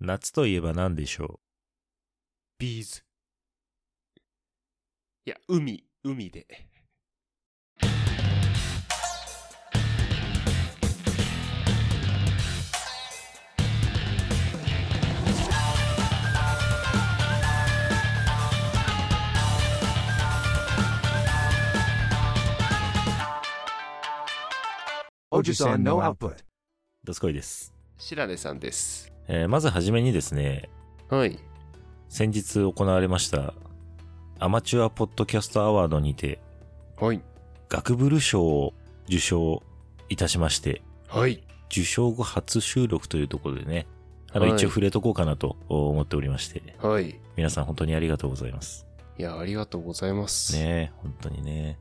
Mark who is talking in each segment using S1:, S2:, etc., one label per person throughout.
S1: 夏といえば何でしょ
S2: ビーズ。いや、海、海で。
S3: Ojisan no output.
S1: うどすこいです。
S2: 白根さんです。
S1: えーまずはじめにですね、
S2: はい。
S1: 先日行われました、アマチュアポッドキャストアワードにて、
S2: はい。
S1: 学ブル賞を受賞いたしまして、
S2: はい。
S1: 受賞後初収録というところでね、あの
S2: はい
S1: 一応触れとこうかなと思っておりまして、
S2: はい。い
S1: 皆さん本当にありがとうございます。
S2: や、ありがとうございます。
S1: ねえ、本当にね。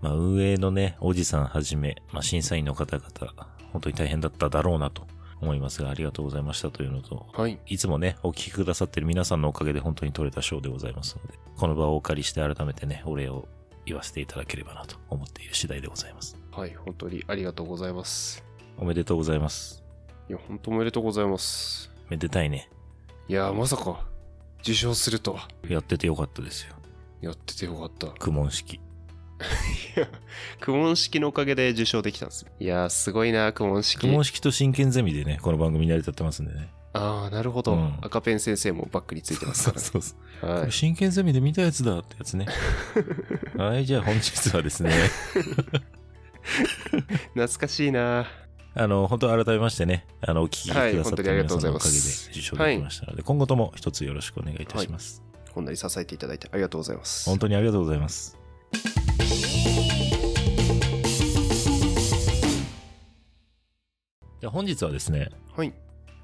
S1: まあ、運営のね、おじさんはじめ、まあ、審査員の方々、本当に大変だっただろうなと思いますが、ありがとうございましたというのと、
S2: はい。
S1: いつもね、お聞きくださってる皆さんのおかげで本当に取れた賞でございますので、この場をお借りして改めてね、お礼を言わせていただければなと思っている次第でございます。
S2: はい。本当にありがとうございます。
S1: おめでとうございます。
S2: いや、本当おめでとうございます。
S1: めでたいね。
S2: いや、まさか、受賞するとは。
S1: やっててよかったですよ。
S2: やっててよかった。い
S1: 苦問式。
S2: や、苦問式のおかげで受賞できたんです。いや、すごいな、苦問式。
S1: 苦問式と真剣ゼミでね、この番組成り立ってますんでね。
S2: ああ、なるほど、
S1: うん
S2: 赤ペン先生もバックについてま
S1: そ
S2: す
S1: う
S2: から、ね。
S1: そうそう。
S2: は
S1: こ
S2: い
S1: れ。真剣ゼミで見たやつだってや つね。はい、じゃあ本日はですね、
S2: 懐かしいな。
S1: あの、本当改めましてね、あの、お聞きく
S2: はい
S1: ださった
S2: 本当にあり
S1: 皆
S2: がとう
S1: さ
S2: ご
S1: んのお
S2: ざいま
S1: かげです受賞できましたので、今後とも一つよろしくお願いいたします。
S2: こんなに支えていただいてありがとうございます。
S1: 本当にありがとうございます。じゃあ本日はですね、
S2: はい。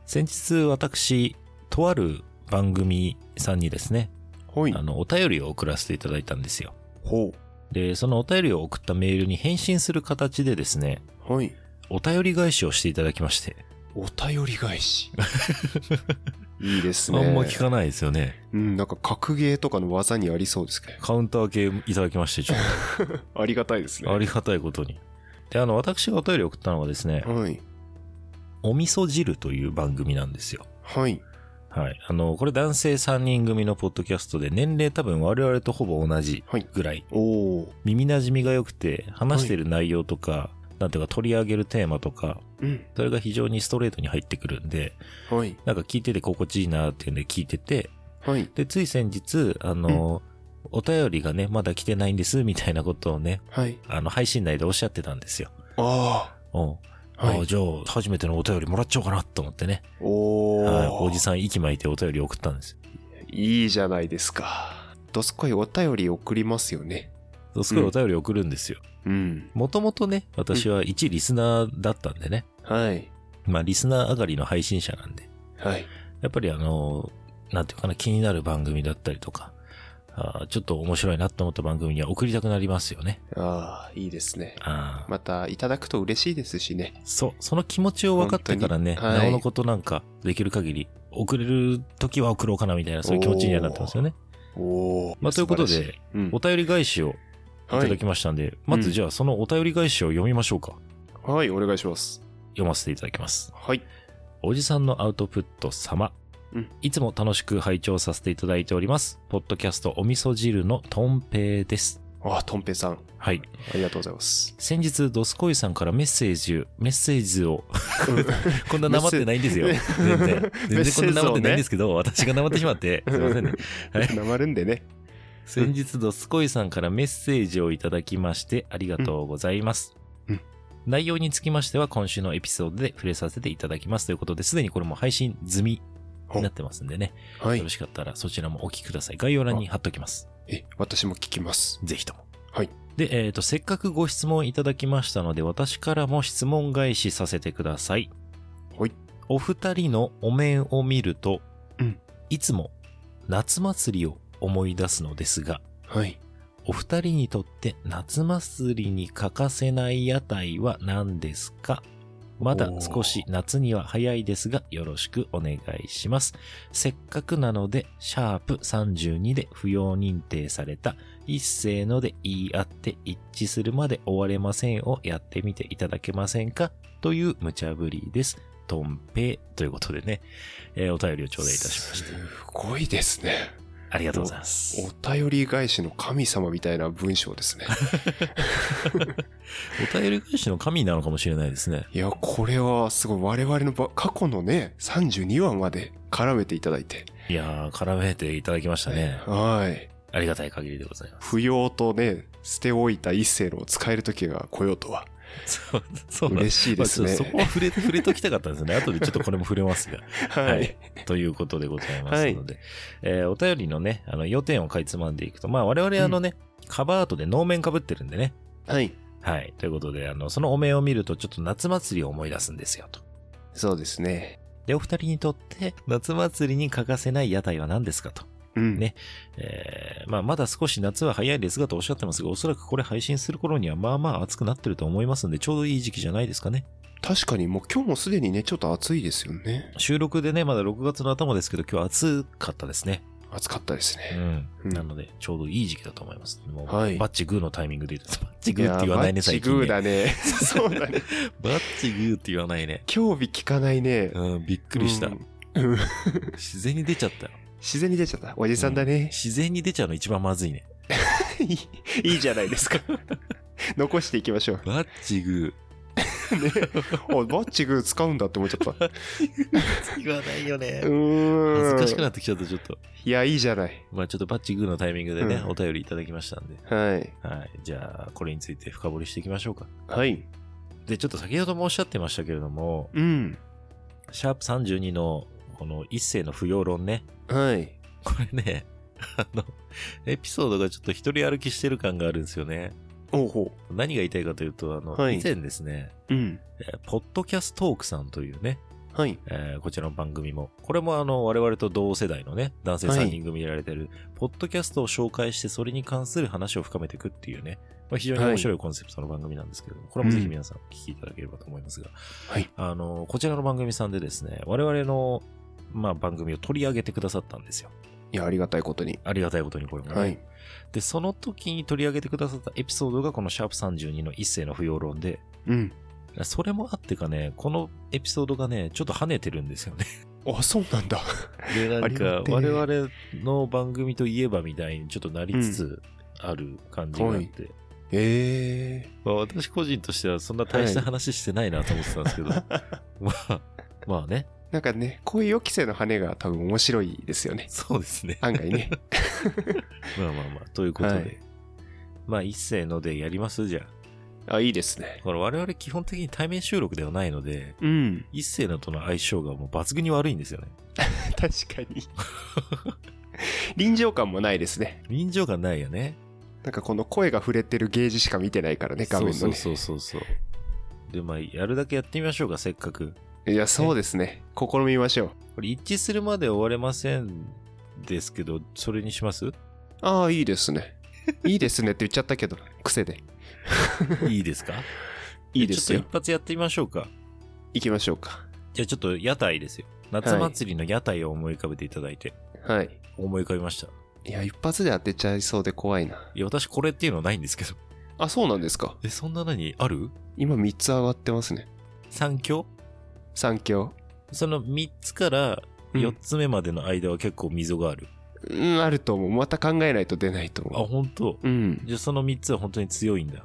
S1: 先日私、とある番組さんにですね、
S2: ほい
S1: あ。の、お便りを送らせていただいたんですよ。
S2: ほ
S1: で、そのお便りを送ったメールに返信する形でですね、
S2: う。はい。
S1: お便り返しをしていただきまして、
S2: お便り返し。 いいですね。
S1: あんま聞かないですよね。
S2: うん、なんか格ゲーとかの技にありそうですけ
S1: カウンター系いただきまして、ちょっ
S2: ど。ありがたいです
S1: とありがたいことに。で、あの、私がお便りを送ったのはですね、
S2: はい。
S1: お味噌汁という番組なんですよ。
S2: はい。
S1: はい。あの、これ男性3人組のポッドキャストで、年齢多分我々とほぼ同じ
S2: はい
S1: ぐらい、
S2: おお。
S1: 耳馴染みが良くて、話してる内容とか、なんていうか取り上げるテーマとか、
S2: うん。
S1: それが非常にストレートに入ってくるんで、
S2: はい。
S1: なんか聞いてて心地いいなっていうんで聞いてて、
S2: はい。
S1: で、つい先日、あの、お便りがね、まだ来てないんです、みたいなことをね、
S2: はい。
S1: あの、配信内でおっしゃってたんですよ。
S2: あ
S1: うん。
S2: あ。は
S1: あ
S2: い。
S1: じゃあ、初めてのお便りもらっちゃおうかなと思ってね。
S2: お
S1: はい。
S2: お。
S1: おじさん息巻いてお便り送ったんですよ。
S2: いいじゃないですか。どすこいお便り送りますよね。
S1: そうすごいお便り送るんですよ。
S2: うん。
S1: もともとね、私は一リスナーだったんでね。
S2: はい。
S1: まあ、リスナー上がりの配信者なんで。
S2: はい。
S1: やっぱりあの、なんていうかな、気になる番組だったりとか、あーちょっと面白いなと思った番組には送りたくなりますよね。
S2: ああ、いいですね。
S1: ああ。
S2: また、いただくと嬉しいですしね。
S1: そう、その気持ちを分かってからね、
S2: 本当にはい
S1: なおのことなんかできる限り、送れる時は送ろうかなみたいな、そういう気持ちにはなってますよね。
S2: おお。
S1: まあということで
S2: 素晴らしい、うん
S1: お便り返しをいただきましたんで、まずじゃあそのお便り返しを読みましょうか。
S2: はい、お願いします。
S1: 読ませていただきます。
S2: はい。
S1: おじさんのアウトプット様。
S2: うん
S1: いつも楽しく拝聴させていただいております。ポッドキャストお味噌汁のとんぺいです。
S2: あ、とんぺいさん、
S1: はい。
S2: ありがとうございます。
S1: 先日、ドスコイさんからメッセージを、メッセージを、 こんななまってないんですよ。
S2: メッ
S1: 全然。
S2: メ
S1: 全
S2: ッ
S1: 然こ
S2: セー
S1: ん
S2: ジ
S1: ななま
S2: を
S1: ってないんです
S2: ね、
S1: けど、私がなまってしまって、すいませんね。はい
S2: なまるんでね。
S1: 先日ドスコイさんからメッセージをいただきましてありがとうございます、
S2: うんうん
S1: 内容につきましては今週のエピソードで触れさせていただきますということですでにこれも配信済みになってますんでね、
S2: は
S1: よ
S2: い
S1: ろ。しかったらそちらもお聞きください概要欄に貼っときます
S2: え、私も聞きます。
S1: ぜひとも
S2: はい
S1: で、えっ、と、せっかくご質問いただきましたので、私からも質問返しさせてください。
S2: はい。
S1: お二人のお面を見ると、
S2: うん
S1: いつも夏祭りを思い出すのですが、
S2: はい。
S1: お二人にとって夏祭りに欠かせない屋台は何ですかまだ少し夏には早いですがよろしくお願いします。せっかくなので、シャープ32で不要認定された一斉ので言い合って一致するまで終われませんをやってみていただけませんかという無茶ぶりです。とんぺいということでね、えーお便りを頂戴いたしまし
S2: す
S1: た。
S2: ごいですね。
S1: ありがとうございます。
S2: お便り返しの神様みたいな文章で すね。
S1: お便り返しの神なのかもしれないですね。
S2: いや、これはすごい。我々のば過去のね、32話まで絡めていただいて。
S1: いやー、絡めていただきましたね。
S2: はい。
S1: ありがたい限りでございま
S2: 不要とね、捨ておいた一世のを使える時が来ようとは。
S1: す。そう、そうなん
S2: 嬉しいです
S1: まあ
S2: ね
S1: ちょっとそ。こは触れ、触れときたかったんですね。後でちょっとこれも触れますが。
S2: は
S1: はい
S2: い。
S1: ということでございますので、えーお便りのね、あの、要点をかいつまんでいくと、まあ、我々あのね、カバーアートで能面被ってるんでね。
S2: はい。
S1: はい。ということで、あの、そのお面を見ると、ちょっと夏祭りを思い出すんですよ、と。
S2: そうですね。
S1: で、お二人にとって、夏祭りに欠かせない屋台は何ですかと。
S2: うん。
S1: ねえーまあ、まだ少し夏は早いですがとおっしゃってますが、おそらくこれ配信する頃にはまあまあ暑くなってると思いますんで、ちょうどいい時期じゃないですかね。
S2: 確かにもう今日もすでにね、ちょっと暑いですよね。
S1: 収録でね、まだ6月の頭ですけど、今日暑かったですね。
S2: 暑かったです
S1: う
S2: ね。
S1: ん。
S2: うん
S1: なので、ちょうどいい時期だと思います。もう、
S2: はい
S1: バッチグーのタイミングで言うと、バッチ
S2: い
S1: グ
S2: や
S1: ーって言わないね、
S2: バッチ
S1: 最
S2: グ
S1: 近、
S2: ー
S1: ね。
S2: だね。 そうだね。
S1: バッチグーって言わないね。
S2: 興味聞かないね。びっ
S1: うん、びっくりした。自然に出ちゃったよ。
S2: 自然に出ちゃった。おじさんだね。
S1: 自然に出ちゃうの一番まずいね。
S2: いいいいじゃないですか。残していきましょう。
S1: バッチグ
S2: ね、おバッチグー使うんだって思っちゃった。
S1: ー。言わないよね
S2: うー
S1: 恥ず
S2: ん。
S1: かしくなってきちゃった、ちょっと。
S2: いや、いいじゃない。
S1: まあちょっとバッチグーのタイミングでね、
S2: うん
S1: お便りいただきましたんで。
S2: はい。
S1: はい。じゃあ、これについて深掘りしていきましょうか。
S2: はい。
S1: で、ちょっと先ほどもおっしゃってましたけれども、
S2: うん。
S1: シャープ32のこの一世の不要論ね。
S2: はい。
S1: これね、 あの、エピソードがちょっと一人歩きしてる感があるんですよね。
S2: おうほ
S1: 何が言いたいかというと、あの、
S2: はい
S1: 以前ですね、
S2: う。うん。
S1: えーポッドキャストークさんというね、
S2: はい。
S1: えーこちらの番組も、これもあの、我々と同世代のね、男性3人組でやられてる、ポッドキャストを紹介して、それに関する話を深めていくっていうね、まあ、非常に面白いコンセプトの番組なんですけれども、これもぜひ皆さんお聞きいただければと思いますが、
S2: はい
S1: あの、こちらの番組さんでですね、我々の、まあ、番組を取り上げてくださったんですよ。
S2: いや、ありがたいことに。
S1: ありがたいことにこれもね。
S2: はい。
S1: で、その時に取り上げてくださったエピソードがこのシャープ32の一世の不要論で、
S2: うん。
S1: それもあってかね、このエピソードがね、ちょっと跳ねてるんですよね
S2: あ、そうなんだ。
S1: で、な
S2: あ
S1: ん
S2: り
S1: か
S2: が、てえ
S1: 我々の番組といえばみたいにちょっとなりつつある感じがあって、
S2: え
S1: まあ、私個人としてはそんな大した
S2: はい
S1: 話してないなと思ってたん ですけど、 まあ、まあね、
S2: えなんかね、こういう予期せの羽が多分面白いですよね。
S1: そうですね。
S2: 案外 ね。
S1: まあまあまあ、ということで、
S2: はい
S1: まあ一世のでやりますじゃあ。
S2: あ、いいですね。
S1: これ我々基本的に対面収録ではないので、
S2: うん。
S1: 一世のとの相性がもう抜群に悪いんですよね。
S2: 確かに。臨場感もないですね。
S1: 臨場感ないよね。
S2: なんかこの声が触れてるゲージしか見てないからね、画面のね。
S1: そうそうそうそうそう。で、まあ、やるだけやってみましょうか、せっかく。
S2: いや、そうですね。試みましょう。
S1: これ一致するまで終われませんですけど、それにします
S2: ああ、いいですね。いいですねって言っちゃったけど、 癖で。
S1: いいですか
S2: いいです
S1: ちょ
S2: よ
S1: っと。一発やってみましょうか。
S2: 行きましょうか。
S1: じゃあちょっと屋台ですよ。夏祭りの屋台を思い浮かべていただいて、
S2: はい。
S1: 思い浮かびました。
S2: いや、一発で当てちゃいそうで怖いな。
S1: いや、私これっていうのはないんですけど。
S2: あ、そうなんですか。
S1: え、そんな何ある
S2: 今3つ上がってますね。
S1: 三強
S2: 三強。
S1: その三つから
S2: うん
S1: 四つ目までの間は結構溝がある。
S2: うん、あると思う。また考えないと出ないと
S1: あ、
S2: 思う。
S1: 本当。
S2: うん。
S1: じゃあその三つは本当に強いんだ。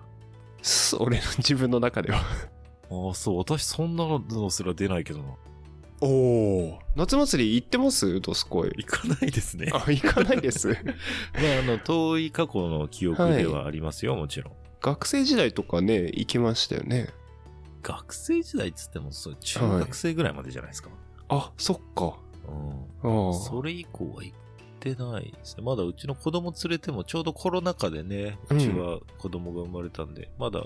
S2: そ俺の自分の中では。
S1: ああ、そう。私そんなのすら出ないけどな。
S2: おお。夏祭り行ってますドスコイ。
S1: いかないですね。
S2: あ、行かないです。
S1: まあ、あの、遠い過去の記憶ではありますよ、もちろん。
S2: 学生時代とかね、行きましたよね。
S1: 学生時代っつってもそう中学生ぐらいまでじゃないですか、
S2: あ、そっか。
S1: う
S2: あ
S1: ん
S2: あ。
S1: それ以降は行ってないですねまだうちの子供連れてもちょうどコロナ禍でね
S2: う
S1: うんちは子供が生まれたんで、まだ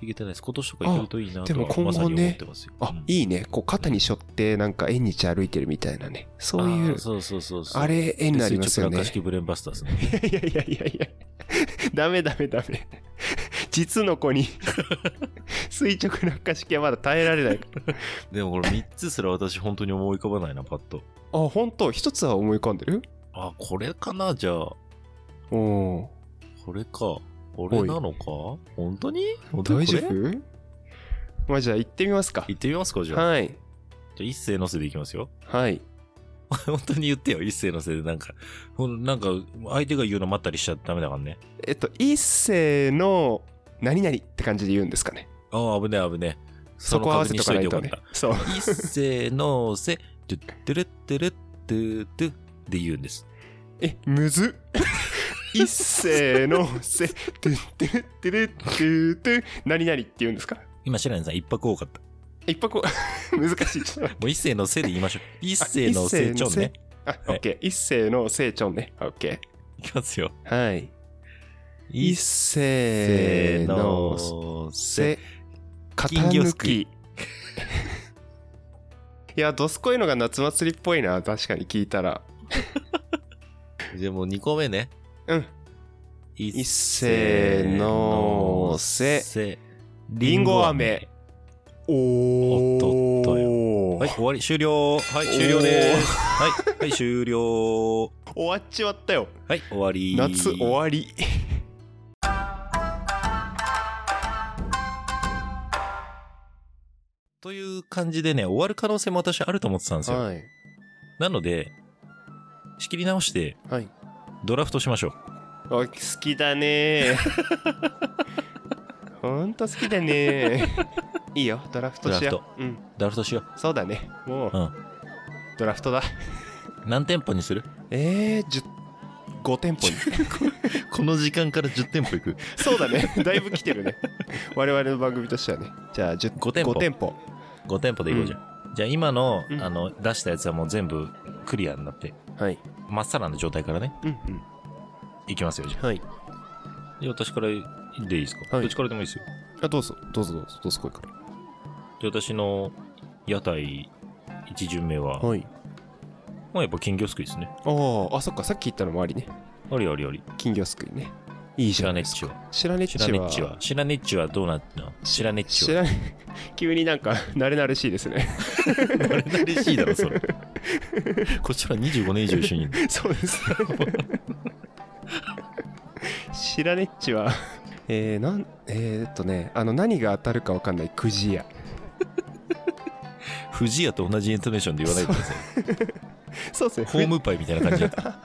S1: 行けてないです今年とか行けるといいな
S2: で
S1: と
S2: も
S1: は
S2: 今
S1: まさ
S2: 後
S1: に思っ
S2: ね
S1: てますよ、
S2: あ、いいね。こう肩に背負ってなんか縁日歩いてるみたいなね。そう
S1: うん
S2: い
S1: あー
S2: う、
S1: そうそうそうそう
S2: あれ縁になります
S1: 垂直
S2: よ
S1: 落
S2: ね
S1: 下。式ブレーンバスターですね
S2: いやいやいやいやいや。ダメダメダメ。実の 子に垂直落下式はまだ耐えられない。
S1: でもこれ3つすら私本当に思い浮かばないなパッと
S2: あ、本当一つは思い浮かんでる
S1: あこれかなじゃあ
S2: おお
S1: これか俺なのか本当に
S2: ー。
S1: 本当
S2: 大
S1: にこ
S2: 丈
S1: れ
S2: 夫まあじゃあ行ってみますか。
S1: 行ってみますかじゃあ
S2: はい。
S1: じゃあ一斉のせでいきますよ。
S2: はい。
S1: 本当に言ってよ、一斉のせで。なんか、ほんなんか、相手が言うの待ったりしちゃダメだからね。
S2: えっと、一世の何々って感じで言うんですかね。
S1: ああ、危ねえ危ねえ。
S2: そこ合わせとかないと
S1: その確認しといてよかっ
S2: ね
S1: た。
S2: そう。
S1: 一斉のせ、トゥットゥルットゥルットゥトゥって言うんです。
S2: え、むずっ一世のせ、トゥットゥルットゥルットゥトゥ、何々って言うんですか
S1: 今、白根さん一泊多かった。
S2: 一泊こう難しい。ちょっと
S1: もう一斉のせで言いましょう。一斉のせちょんね。。
S2: あ、オ
S1: い
S2: ッケー。一世のせちょんね。オッケ
S1: いきますよ。
S2: ー。はい。一
S1: 一
S2: 世
S1: 斉
S2: の
S1: のせ。
S2: せ、型
S1: 金魚
S2: 抜
S1: すく い
S2: き。いや、ドスコイのが夏祭りっぽいな。確かに聞いたら。
S1: じゃあもう2個目ね。
S2: うん。
S1: 一
S2: 斉のせ
S1: せ。
S2: リンゴ飴。
S1: おっとっと
S2: お
S1: はい、終わり、終了。はい、終了です。 はい、はい、終了。
S2: 終わっちまったよ。
S1: はい、終わり。
S2: 夏終わり。
S1: という感じでね、終わる可能性も私あると思ってたんですよ。
S2: い。
S1: なので、仕切り直して、
S2: はい。
S1: ドラフトしましょう。
S2: お好きだね。 ほんと好きだね。いいよ、ドラフトし
S1: ド
S2: よ
S1: ラ
S2: う。うん、
S1: ドラフトしよ
S2: そうだね。もう、
S1: うん
S2: ドラフトだ。
S1: う。何店舗にする
S2: えー、10 5店舗に
S1: この時間から10店舗いく。
S2: そうだね だいぶ来てるね我々の番組としてはねじゃあ10
S1: 5店舗
S2: 5店舗
S1: 5店舗でいこうじゃん。じゃあ今の、
S2: うん
S1: あの、出したやつはもう全部クリアになって、
S2: はい
S1: まっさらな状態からね、
S2: うんうん
S1: いきますよ、じゃ
S2: はい
S1: あ。じゃあ私からでいいですか、
S2: はい
S1: どっちからでもいいですよ。
S2: あどうぞどうぞどうぞどうぞこれから
S1: じゃあ私の屋台1巡目は、
S2: はい
S1: まあやっぱ金魚すくいですね。
S2: あああそっかさっき言ったのもありね
S1: ありありあり。
S2: 金魚すくいねいいじ
S1: シ
S2: ゃ
S1: ラ
S2: ん
S1: ネッチは。
S2: 知らねっ
S1: シ
S2: ち
S1: ラネッ
S2: は
S1: チは。シラネッチはどうなったのシラネッチ
S2: 知
S1: は。
S2: らね 急になんか慣れ慣れしいですね
S1: これ嬉しいだろ、それ。 こっちら25年以上一緒にいる。
S2: そうです ね知らねっちはえー、なんえー、っとねあの何が当たるかわかんないくじや
S1: 不二家と同じイントネーションで言わないでください。
S2: そう ですね
S1: ホームパイみたいな感じだった。
S2: 確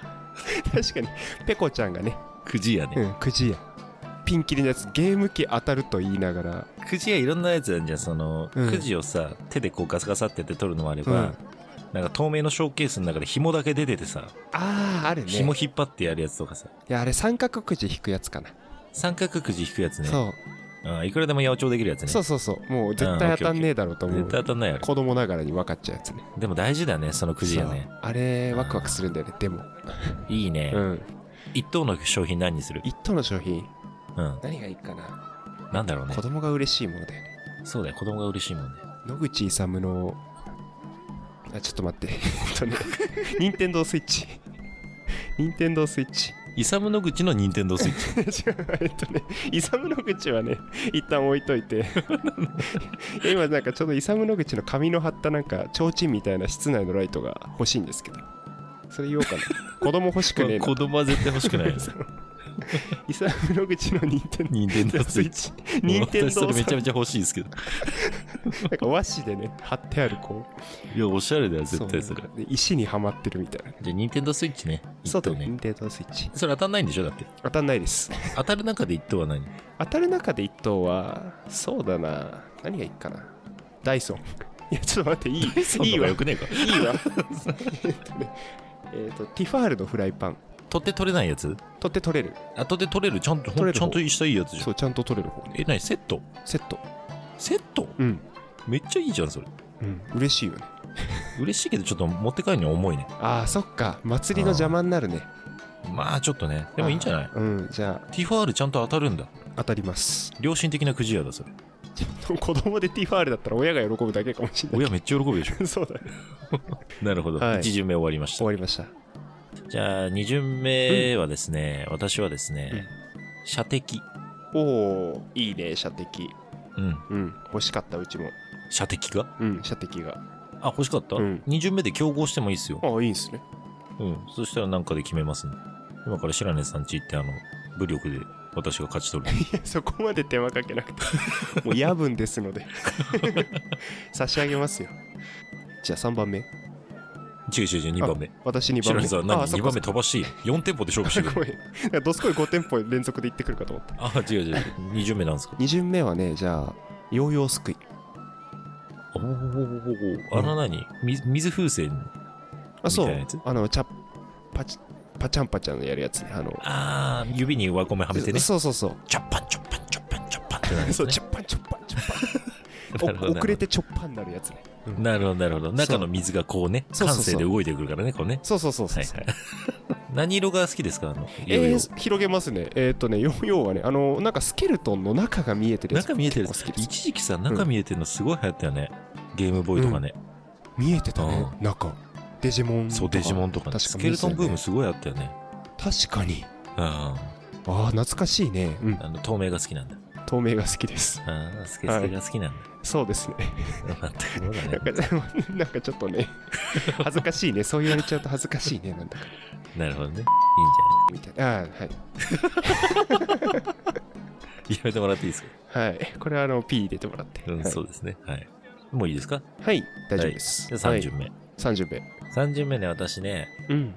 S2: かにペコちゃんがね、
S1: くじ やね。
S2: うん、くじやピンキリのやつゲーム機当たると言いながら、
S1: くじやいろんなやつあるじゃん。その、
S2: うん
S1: くじをさ、手でこうガサガサってやって取るのもあれ
S2: うん、
S1: ば
S2: あ、
S1: なんか透明のショーケースの中で紐だけ出ててさ、
S2: あーあるね
S1: 紐引っ張ってやるやつとかさ、
S2: いやあれ三角くじ引くやつかな、
S1: 三角くじ引くやつね。
S2: そう
S1: うんいくらでも八百長できるやつね。
S2: そうそうそうもう絶対当たんねえだろうと思う、
S1: 絶対当たんないよあれ
S2: 子供ながらに分かっちゃうやつね
S1: でも大事だね、そのくじやね
S2: そ。うあれワクワクするんだよねでも
S1: いいね
S2: う。ん
S1: 一等の商品何にする
S2: 一等の商品
S1: うん。
S2: 何がいいかな、
S1: なんだろうね
S2: 子。供が嬉しいものだよね
S1: そうだよ、子供が嬉しいもんね。
S2: 野口勇のあちょっと待って えっとね 任天堂スイッチ任天堂スイッチ
S1: イサムの口の任天堂スイッチ。
S2: 違うえっとねイサムの口はね一旦置いといて いや今なんかちょうどイサムの口の紙の貼ったなんか提灯みたいな室内のライトが欲しいんですけどそれ言おう かな子供欲しくねえな
S1: 子供は絶対欲しくないよね。
S2: そうイサムの口の 任天
S1: 任天
S2: 堂
S1: 堂
S2: ス
S1: ス
S2: イ
S1: イ
S2: ッ
S1: ッ
S2: チ
S1: チ。
S2: 任天
S1: 私そ
S2: 堂
S1: れ
S2: さ
S1: め
S2: ん
S1: ちゃめちゃ欲しいですけど。
S2: なんか和紙でね貼ってあるこう
S1: いや、おしゃれだよ、絶対それ
S2: う。で石にはまってるみたいな
S1: じゃあ、任天堂スイッチね。
S2: そうだ
S1: 等
S2: ね任。天堂スイッチ
S1: それ当たんないんでしょだって。
S2: 当たんないです
S1: 当たる中で一等は 何
S2: 当たる中で一等はそうだな何がいいかなダイソンいやちょっと待っていいいいわ
S1: よくねえか。
S2: いいわ えっとねえっとティファールのフライパン
S1: 取って取れないやつ
S2: 取って取れる
S1: あ、取って取れる。ちゃんと、
S2: 取
S1: ほ
S2: れ
S1: ん
S2: る
S1: ち
S2: 方
S1: ゃんとしたいいやつじゃ
S2: そ
S1: ん。
S2: うちゃんと取れる方ね
S1: え、なにセット
S2: セット
S1: セット
S2: うん
S1: めっちゃいいじゃん、それ。
S2: うん嬉しいよね
S1: 嬉しいけど、ちょっと持って帰るには重いね。
S2: あーそっか祭りの邪魔になるね
S1: まあ、ちょっとね。でもいいんじゃない
S2: うんじゃあ
S1: ティファールちゃんと当たるんだ。
S2: 当たります
S1: 良心的なくじやだ、それ。
S2: 子供でティファールだったら親が喜ぶだけかもしれない
S1: 親めっちゃ喜ぶでしょ。
S2: そうだね
S1: なるほど。
S2: はい
S1: 1巡目終わりました
S2: 終。わりました
S1: じゃあ、二巡目はですね、私はですね、射的。
S2: おおいいね射的
S1: うん。
S2: うん欲しかったうちも
S1: 射的が
S2: うん射的が
S1: あ、欲しかった、
S2: うん
S1: 二巡目で競合してもいいっすよ。
S2: ああいいんすね
S1: うん。そしたらなんかで決めますね。今から白根さんち行って、あの、武力で私が勝ち取 る。
S2: いやそこまで手間か けなくてもう夜分ですので差し上げますよじゃあ3番目。
S1: 違う違う違う、2番目。
S2: 私2番
S1: 白
S2: 目。
S1: 根さん、何
S2: あそ
S1: ?2
S2: っか
S1: 番目飛ばしていい ?4 店舗で勝負して
S2: ご
S1: る。
S2: めん。なんかどすこい5店舗連続で行ってくるかと思った。
S1: あ、違う違う。2巡目なんですか。
S2: 2巡目はね、じゃあ、ヨーヨーすくい。
S1: おおあら何、み水風船。
S2: あ、そ
S1: みたいな
S2: う
S1: やつ。
S2: あの、チャパチ、パチャンパチャンやるやつね。あの、
S1: ああ、指に輪ゴムはめてね。
S2: そうそうそう。
S1: チョッパンチョッパンチョッパンチョッパンってなるんで
S2: そ
S1: す
S2: う、
S1: ね
S2: チ。ョッパンチョッパンチョッパン。
S1: なるほど
S2: お遅れてチョッパンになるやつね。
S1: なるほど、なるほど。中の水がこうね、
S2: そう
S1: 感
S2: そうそう
S1: 性で動いてくるからね、こうね。
S2: そうそうそうそ
S1: はい
S2: う
S1: はい。何色が好きですかあの、ヨー
S2: え
S1: ヨー。
S2: ー、広げますね。えーっ、とね、ヨーヨーはね、あの、なんかスケルトンの中が見えてるやつ。
S1: 中見えてる
S2: 結構好きです。
S1: 一時期さ、中見えてるのすごい流行ったよね。ゲームボーイとかね。
S2: 見えてたね、
S1: う
S2: 中。デジモンとか。
S1: そう、デジモンとかね。
S2: 確か
S1: ス
S2: に
S1: ケルトンブームすごいあったよね。
S2: 確かに。
S1: うん。あ
S2: ああ、懐かしいね。うん。
S1: の、透明が好きなんだ。
S2: 透明が好きです。
S1: ああ、スケスケが好き なんだ。
S2: そうですね。
S1: 全くそうだ
S2: な
S1: ね
S2: ん。か、なんかちょっとね、恥ずかしいね。そう言われちゃうと恥ずかしいね。なんだか。
S1: なるほどね。いいんじ
S2: みたいな。ああ、
S1: ゃ
S2: はい。
S1: ないやめてもらっていいですか
S2: はい。これはあの、P 入れてもらって。
S1: うん、
S2: はい
S1: そうですね。はい。もういいですか
S2: はい、大丈夫です。
S1: じゃあ
S2: は
S1: 3。
S2: い
S1: 巡目。
S2: 30名。
S1: 3巡目ね、私ね、
S2: うん。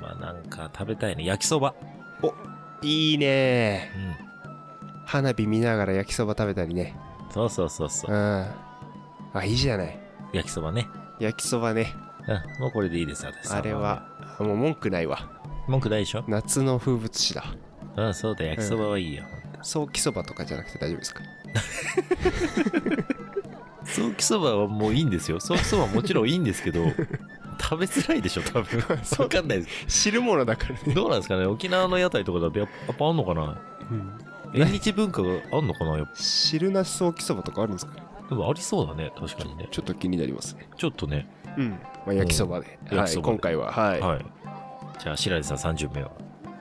S1: まあなんか食べたいね。焼きそば。
S2: いいね
S1: うん。
S2: 花火見ながら焼きそば食べたりね。
S1: そうそうそうそうう。
S2: ん。あ、いいじゃない。
S1: 焼きそばね。
S2: 焼きそばね。
S1: うん、もうこれでいいです、私。
S2: あれは、もう文句ないわ。
S1: 文句ないでしょ
S2: 夏の風物詩だ。
S1: うん、そうだ、焼きそばはいいよ。
S2: 早期そばとかじゃなくて大丈夫ですか
S1: ソーキそばはもういいんですよ。ソーキそばはもちろんいいんですけ ど、食べづらいでしょ、多分。
S2: そう
S1: わかんないです。
S2: 汁物だからね。
S1: どうなんですかね沖縄の屋台とかだとやっぱやっぱあんのかな縁日文化があんのかなやっぱ
S2: 汁なし早期そばとかあるんですかね
S1: でもありそうだね、確かにね。
S2: ちょっと気になりますね。
S1: ちょっとね。
S2: うん。まあ、焼きそばで。
S1: うん
S2: は
S1: 焼き
S2: い、
S1: そばで
S2: 今回は。はい。
S1: はい。じゃあ、白井さん30名は。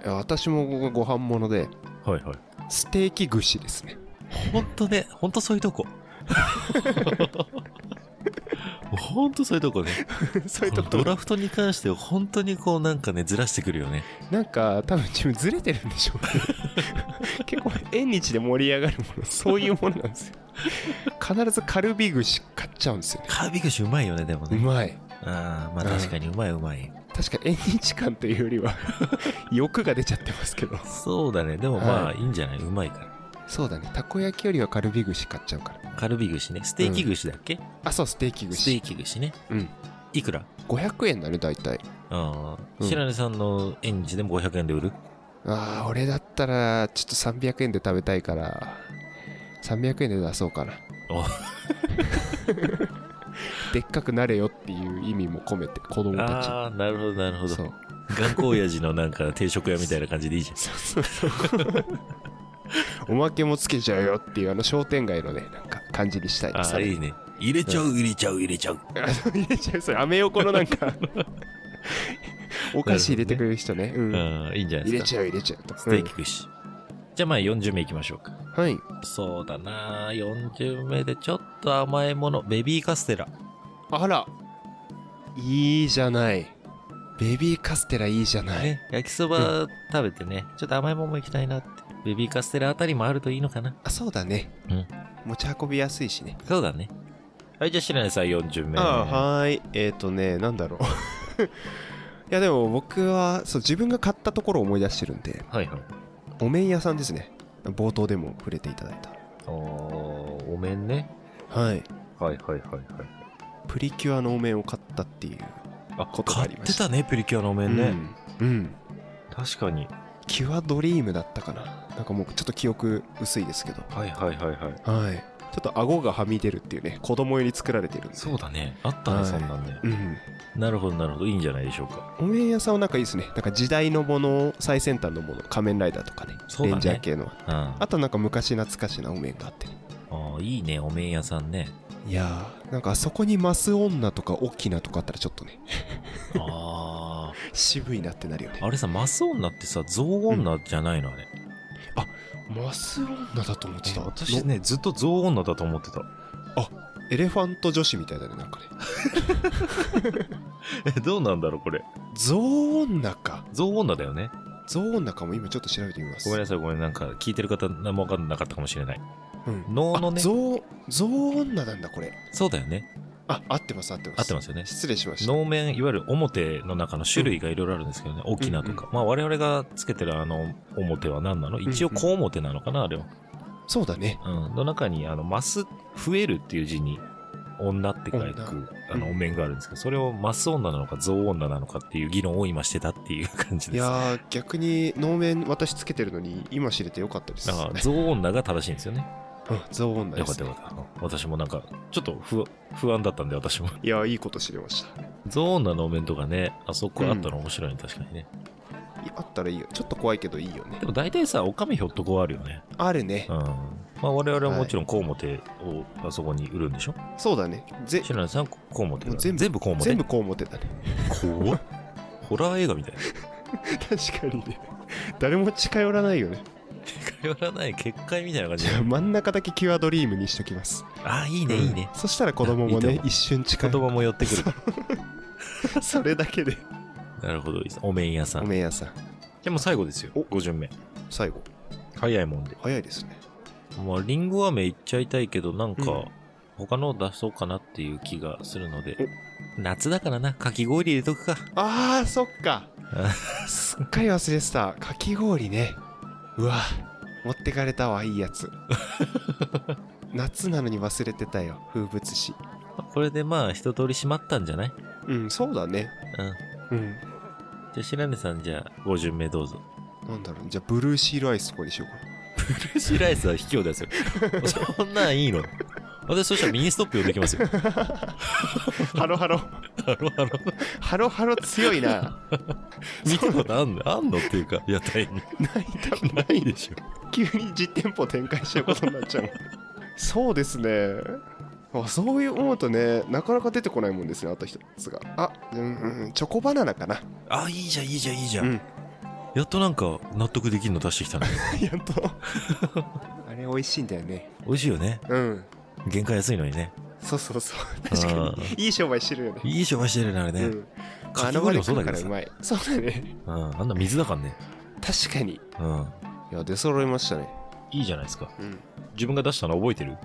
S2: いや私もここご飯物で、
S1: はいはい。
S2: ステーキ串ですね。
S1: ほんとね、ほんとそういう とこ。ほんとそういうとこね。
S2: そういうとこ
S1: ドラフトに関しては本当にこうなんかね、ずらしてくるよね。
S2: なんか多分自分ずれてるんでしょうね 結構縁日で盛り上がるものそういうものなんですよ必ずカルビ串買っちゃうんですよね
S1: カービ串うまいよね、でも
S2: う
S1: ね。
S2: まい
S1: ああ、まあ
S2: うん
S1: 確かにうまいうまい。
S2: 確か縁日感というよりは 欲が出ちゃってますけど
S1: そうだね。でもま
S2: は
S1: あいいんじゃないうまいか
S2: そうだねたこ焼きよりはカルビ串買っちゃうから
S1: ら。カルビ串ね。ステーキ串だっけ
S2: あそうステーキ
S1: ステー
S2: 串
S1: キ串ね。
S2: うん
S1: いくら
S2: 500円だね大体
S1: ああ、
S2: うん
S1: 白根さんの縁日でも500円で売る
S2: ああ俺だったらちょっと300円で食べたいから300円で出そうかな
S1: お
S2: でっかくなれよっていう意味も込めて子供たちに
S1: ああ、なるほど、なるほど。
S2: そう
S1: 頑固親父のなんか定食屋みたいな感じでいいじゃん。
S2: そうそうそう おまけもつけちゃうよっていうあの商店街のねなんか感じに したいで
S1: あ
S2: す
S1: あ、いいね。入れちゃう、入れちゃう、入れちゃう。
S2: あそう入れちゃうそれアメ横のなん かお菓子入れてくれる人ねうん
S1: うん、いいんじゃない
S2: 入
S1: です
S2: れ
S1: か。
S2: ちゃう入れちゃうと
S1: ステーキ串。じゃあまあ40名いきましょうか。
S2: うんはい
S1: そうだな40名でちょっと甘いもの。ベビーカステラ。
S2: あらいいじゃないベビーカステラいいじゃない、
S1: ね、焼きそば食べてね、ちょっと甘いもんも行きたいなって。ベビーカステラあたりもあるといいのかな。
S2: あそうだね、
S1: うん
S2: 持ち運びやすいしね
S1: そうだね。はい、じゃあ白根さん40名。
S2: ああはーいえっ、ー、とねなんだろう いやでも僕はそう自分が買ったところを思い出してるんで
S1: はいはい。
S2: お麺屋さんですね冒頭でも触れていただい
S1: おーお面ね。
S2: たはい
S1: はいはいはいはい。
S2: プリキュアのお面を買ったっていう
S1: あ、
S2: ことが
S1: 買
S2: あ
S1: っ
S2: りま
S1: て
S2: した
S1: たね、プリキュアのお面ね。
S2: うん、うん
S1: 確かに。
S2: キュアドリームだったかななんかもうちょっと記憶薄いですけど
S1: はいはいはいはい。
S2: はいちょっと顎がはみ出るっていうね子供用に作られてるんで
S1: そうだね。あったね、
S2: はい
S1: そんなんね。
S2: うん
S1: なるほどなるほど。いいんじゃないでしょうか。
S2: お面屋さんはなんかいいですねなんか時代のもの最先端のもの仮面ライダーとかね
S1: そうだね
S2: レンジャー系の
S1: うん。あ
S2: あとなんか昔懐かしなお面があってね
S1: ーいいね、お面屋さんね。
S2: いやーなんかあそこにマス女とかオキナとかあったらちょっとね
S1: あ
S2: 渋いなってなるよね
S1: あ。あれさ、マス女ってさ、ゾウ女じゃないのあれ。
S2: マス女だと思って
S1: え
S2: た
S1: 私ね、ずっとゾウ女だと思ってた。
S2: エレファント女子みたいだねなんかね
S1: え、どうなんだろう、これ。
S2: ゾウ女か
S1: ゾウ女だよね。
S2: ゾウ女かも今ちょっと調べてみます
S1: ごめんなさい、ごめん。なんか、聞いてる方、何も分かんなかったかもしれない。
S2: うん
S1: 能のね
S2: あゾウゾウ女なんだこれ
S1: そうだよね。
S2: あ、合ってます、合ってます。
S1: 合ってますよね
S2: 失礼しました。
S1: 能面、いわゆる表の中の種類がいろいろあるんですけどね、大きなとか。まあ我々がつけてるあの表は何なの一応小表なのかな、あれは。
S2: そうだね。
S1: うん。の中に、あの、マス、増えるっていう字に、女って書
S2: 女
S1: く、あの、
S2: うん
S1: お面があるんですけど、それをマス女なのか、ゾウ女なのかっていう議論を今してたっていう感じ
S2: い
S1: です。
S2: やー、逆に能面私つけてるのに、今知れてよかったです。
S1: だから、ゾウ女が正しいんですよね。
S2: うんゾーン内
S1: よ
S2: で
S1: かっ
S2: す
S1: た
S2: ね
S1: よかった。私もなんか、ちょっと不不安だったんで、私も。
S2: いやー、いいこと知れました。
S1: ゾーンな能面とかね、あそこあったの面白いね、確かにね。
S2: いやあったらいいよ。ちょっと怖いけどいいよね
S1: で。も大体さ、おかみひょっとこはあるよね。
S2: あるね
S1: うん。。まあ我々はもちろん、コウモテをあそこに売るんでしょ
S2: そうだね。ぜ
S1: 白根さん、コウモテ
S2: もう全部
S1: 全部コウモテ
S2: 全部。こう思ってたね。
S1: 怖っ ホラー映画みたいな。
S2: 確かにね。誰も近寄らないよね。
S1: 頼らない結界みたいな感じ
S2: じゃあ真ん中だけキュアドリームにしときます。
S1: ああ、いいね、
S2: うん
S1: いいね。
S2: そしたら子供も
S1: いい
S2: ね
S1: と、思
S2: 一瞬近
S1: 言
S2: い。
S1: 葉も寄ってくる。
S2: それだけで。
S1: なるほど、お面屋さ
S2: お
S1: ん。
S2: めんやさん。
S1: でも最後ですよ、
S2: お
S1: 5巡目。
S2: 最後。
S1: 早いもんで。
S2: 早いですね。
S1: まあ、リンゴ飴いっちゃいたいけど、なん
S2: う
S1: か
S2: ん、
S1: 他のを出そうかなっていう気がするので、夏だからな、かき氷入れとくか。
S2: あー、そっ か。すっかり忘れてた。かき氷ね。うわ、持ってかれたわ、いいや つ。夏なのに忘れてたよ、風物詩。
S1: これでまあ、一通り閉まったんじゃない
S2: うん、そうだね。
S1: うん。
S2: うん。
S1: じゃあ、白根さん、じゃあ、5巡目どう ぞ。
S2: なんだろう、じゃあブルーシールアイスとかにしようかな。
S1: フレッシュライスは卑怯ですよ。そんなんいいの私、そしたらミニストップ呼んでき ますよ。
S2: ハロハロ。
S1: あの、あの、
S2: ハロハロ強いな。
S1: 見たことあんのあんのっていうか、屋台に。
S2: ない、多分な
S1: ない
S2: い。
S1: でしょ。
S2: 急に実店舗展開しちゃうことになっちゃう。そうですね。あそういう思うとね、なかなか出てこないもんですね、あと一つが。あ、うん、うん、チョコバナナかな。
S1: あ、いいじゃん、いいじゃん、いいじゃ。
S2: うんん。
S1: やっとなんか、納得できるの出してき たね。
S2: やっと。あれ、美味しいんだよね。
S1: 美味しいよね。
S2: うん。
S1: 原価安いのにね。
S2: そうそうそう。確か
S1: うん
S2: に。いい商売してるよね。
S1: いい商売してるね、あれね。
S2: うん。
S1: か
S2: あ
S1: き
S2: の場
S1: 氷
S2: で
S1: もそう
S2: 食
S1: だ
S2: う
S1: け
S2: か
S1: ど
S2: らう
S1: さ。
S2: まい。そうだね。
S1: うん、あんな水だからね。
S2: 確かに。
S1: うん。
S2: いや、出揃いましたね。
S1: いいじゃないですか。
S2: うん。
S1: 自分が出したの覚えてる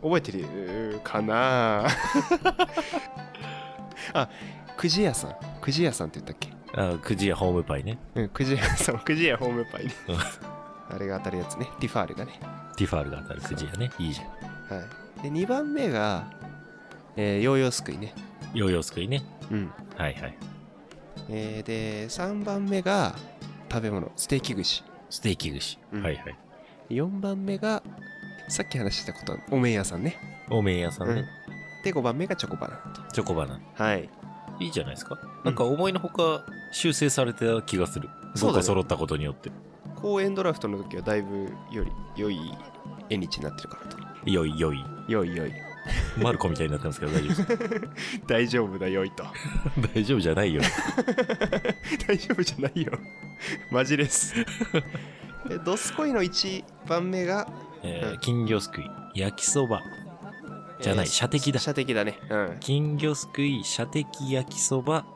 S2: 覚えてるか なあくじ屋さんくじ屋さんって言ったっけ
S1: あ、くじやホームパイね。
S2: うんくじ屋さんくじ屋ホームパイね
S1: うん
S2: あれが当たるやつねティファールがね
S1: ティファールが当たるくじやね。いいじゃん。
S2: はいで2番目が、えーヨーヨーすくいね
S1: ヨーヨーすくいね。
S2: うん、
S1: はいはい。
S2: えーで3番目が食べ物ステーキ串
S1: ステーキ串。
S2: うん
S1: はいはい。
S2: 4番目がさっき話してたことはお麺屋さんね、
S1: お麺屋さん
S2: う
S1: ね。
S2: ん、で5番目がチョコバナ
S1: チョコバナナ。
S2: ナはい
S1: いいじゃないですか。なんか思いのほか修正された気がする。
S2: そうだね
S1: 5個揃ったことによって。
S2: 公演ドラフトの時はだいぶより良い縁日になってるかなと
S1: よいよい。
S2: 良い良い
S1: マルコみたいになってますけど大丈夫 ですか
S2: 大丈夫だよいと
S1: 大丈夫じゃないよ。
S2: 大丈夫じゃないよマジですえドスコイの1番目が
S1: えー
S2: うん
S1: 金魚すくい、焼きそば。じゃない、
S2: えー
S1: 射的だ。
S2: 射的だねうん
S1: 金魚すくい、射的、焼きそば、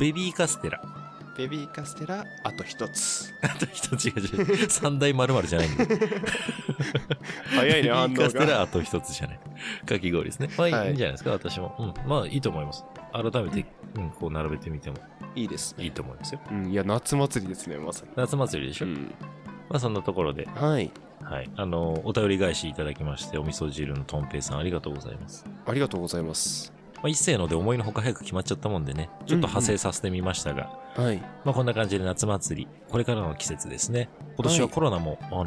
S1: ベビーカステラ。
S2: ベビーカステラあと1つ
S1: あと一つ違う違 う。三大丸々じゃないんだよ。
S2: 早いね反応
S1: ベビーカステラ
S2: が
S1: あと一つじゃない。かき氷ですね。まあいい,、
S2: はい
S1: い、いんじゃないですか、私も。うん。まあいいと思います。改めて、うん、こう並べてみても
S2: いいです
S1: いいと思いますよ。
S2: うんいや夏祭りですねまさに
S1: 夏祭りでしょ、
S2: ん
S1: まあそんなところで、
S2: はい
S1: はい。あの、お便り返しいただきまして、お味噌汁のとんぺいさんありがとうございます。
S2: ありがとうございます
S1: まあ、一斉ので思いのほか早く決まっちゃったもんでね、ちょっと派生させてみましたが、
S2: はい
S1: まあこんな感じで夏祭り、これからの季節ですね。今年はコロナも、あの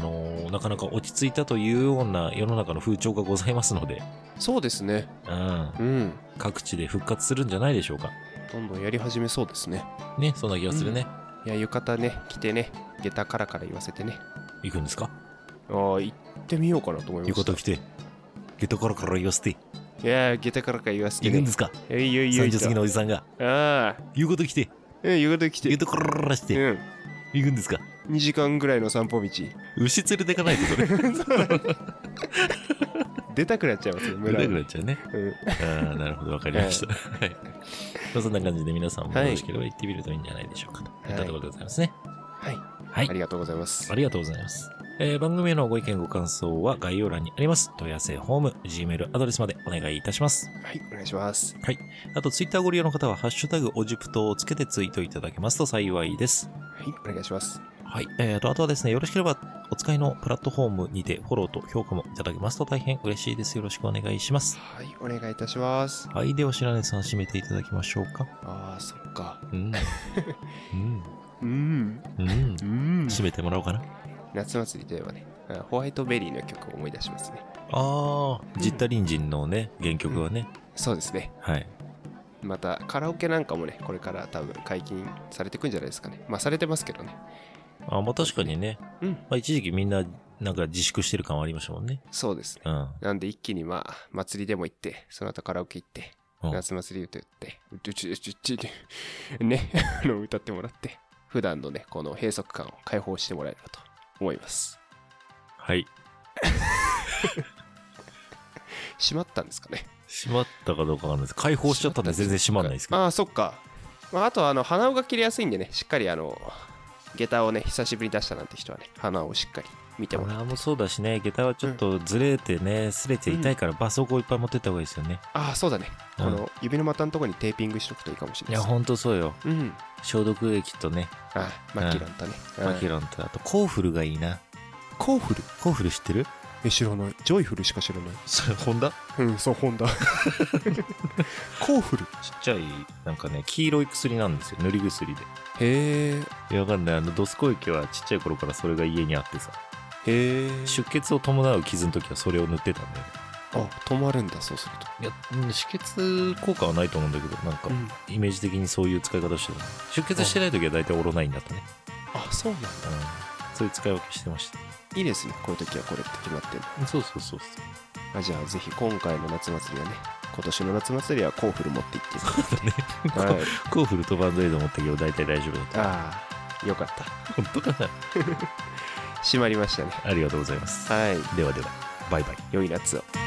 S1: ーなかなか落ち着いたというような世の中の風潮がございますので、
S2: そうですね
S1: うん、
S2: うん
S1: 各地で復活するんじゃないでしょうか。
S2: どんどんやり始めそうですね
S1: ね、そんな気がするね。
S2: いや浴衣ね着てね下駄からから言わせてね
S1: 行くんですか
S2: ああ行ってみようかなと思いま
S1: 浴
S2: した
S1: 衣着て、ゲットからから言わせて、
S2: いやー下駄からから言わせて
S1: 行
S2: ね
S1: くんですか
S2: えいよいよい
S1: ?30 過ぎのおじさんが、
S2: ああ
S1: 言うこと着て、
S2: うん浴衣着
S1: ゲット
S2: て
S1: からし
S2: う
S1: て、
S2: ん
S1: 行くんですか
S2: 2時間ぐらいの散歩道
S1: 牛連れてかないと それ。
S2: 出たくなっちゃいますよ
S1: ぐ
S2: 村
S1: ら
S2: に
S1: ぐらいっちゃうね。
S2: うん
S1: ああ、なるほど、わかりました。はい。まあそんな感じで皆さんもよろしければ行ってみるといいんじゃないでしょうかと。
S2: い
S1: いったところでございますね。
S2: はい
S1: はい
S2: あ。りがとうございます
S1: ありがとうございます。えー番組へのご意見ご感想は概要欄にあります。問い合わせホーム、Gmail アドレスまでお願いいたします。
S2: はい、お願いします。
S1: あと、ツイッターご利用の方は、ハッシュタグ、オジプトをつけてツイートいただけますと幸いです。
S2: はい、お願いします。
S1: はい。えーと、あとはですね、よろしければ、お使いのプラットフォームにて、フォローと評価もいただけますと大変嬉しいです。よろしくお願いします。
S2: はい、お願いいたします。
S1: はい。では、白根さん、締めていただきましょうか。
S2: ああ、そっか。
S1: うん。うん。
S2: うん、
S1: うん。
S2: うん。
S1: 締めてもらおうかな。
S2: 夏祭りといえばね、あホワイトベリーの曲を思い出しますね。
S1: あー、ジッタリンジンのね、原曲はね。
S2: そうですね。
S1: はい。
S2: またカラオケなんかもね、これから多分解禁されてくんじゃないですかね。まあされてますけどね。
S1: あ、まあ確かにね、
S2: うん、
S1: まあ一時期みんな、なんか自粛してる感はありましたもんね。
S2: そうですね。
S1: うん。
S2: なんで一気にまあ、祭りでも行って、その後カラオケ行って、
S1: うん
S2: 夏祭り歌って、うちゅちゅちゅちゅちゅね、 あの歌ってもらって、普段のね、この閉塞感を解放してもらえればと思います。
S1: はい。
S2: 閉まったんですかね。
S1: 閉まったかどうかわかんないです。解放しちゃったんで全然閉まんないですけど。
S2: ああ、そっか。まあ、あとはあの鼻緒が切れやすいんでね、しっかりあの、下駄をね、久しぶりに出したなんて人はね、鼻をしっかり見てもらう。
S1: あもそうだしね、下駄はちょっとずれてね、すれて痛いから、バスをこういっぱい持ってった方がいいですよね。
S2: ああ、そうだね。
S1: うん
S2: この指の股のところにテーピングしとくといいかもしれ
S1: い
S2: な
S1: や、
S2: いです。
S1: ほんとそうよ。
S2: うん。
S1: 消毒液とね、
S2: ああ、マキロンとね。
S1: マキ
S2: ン。
S1: ロンと、あとコーフルがいいな。
S2: コーフル
S1: コーフル知ってる
S2: え、知らない。ジョイフルしか知らない。
S1: それ、ホンダちっ
S2: うん、そう、ホン ダ。コーフル。
S1: ちゃい、なんかね、黄色い薬なんですよ。塗り薬で。
S2: へえ、
S1: いや、わかんない。あの、ドスコ液はちっちゃい頃からそれが家にあってさ。
S2: へえ。
S1: 出血を伴う傷の時はそれを塗ってたんだよね。
S2: あ、止まるんだ、そうすると。
S1: いや、うん止血効果はないと思うんだけど、なんか、
S2: ん、
S1: イメージ的にそういう使い方してたね。出血してない時は大体オロナインだったね。
S2: あ、そうなんだ。
S1: うん。そういう使い分けしてました。
S2: いいですね、こういう時はこれって決まってる。
S1: そうそうそうそう。
S2: あじゃあ、ぜひ今回の夏祭りはね、今年の夏祭りはコーフル持って行って いただいて。はい、
S1: コーフルとバンドエイド持ったけど大体大丈夫だった。
S2: ああ、よかった。
S1: 本当かな
S2: 閉まりましたね。
S1: ありがとうございます。
S2: はい、
S1: ではでは、バイバイ。
S2: 良い夏を。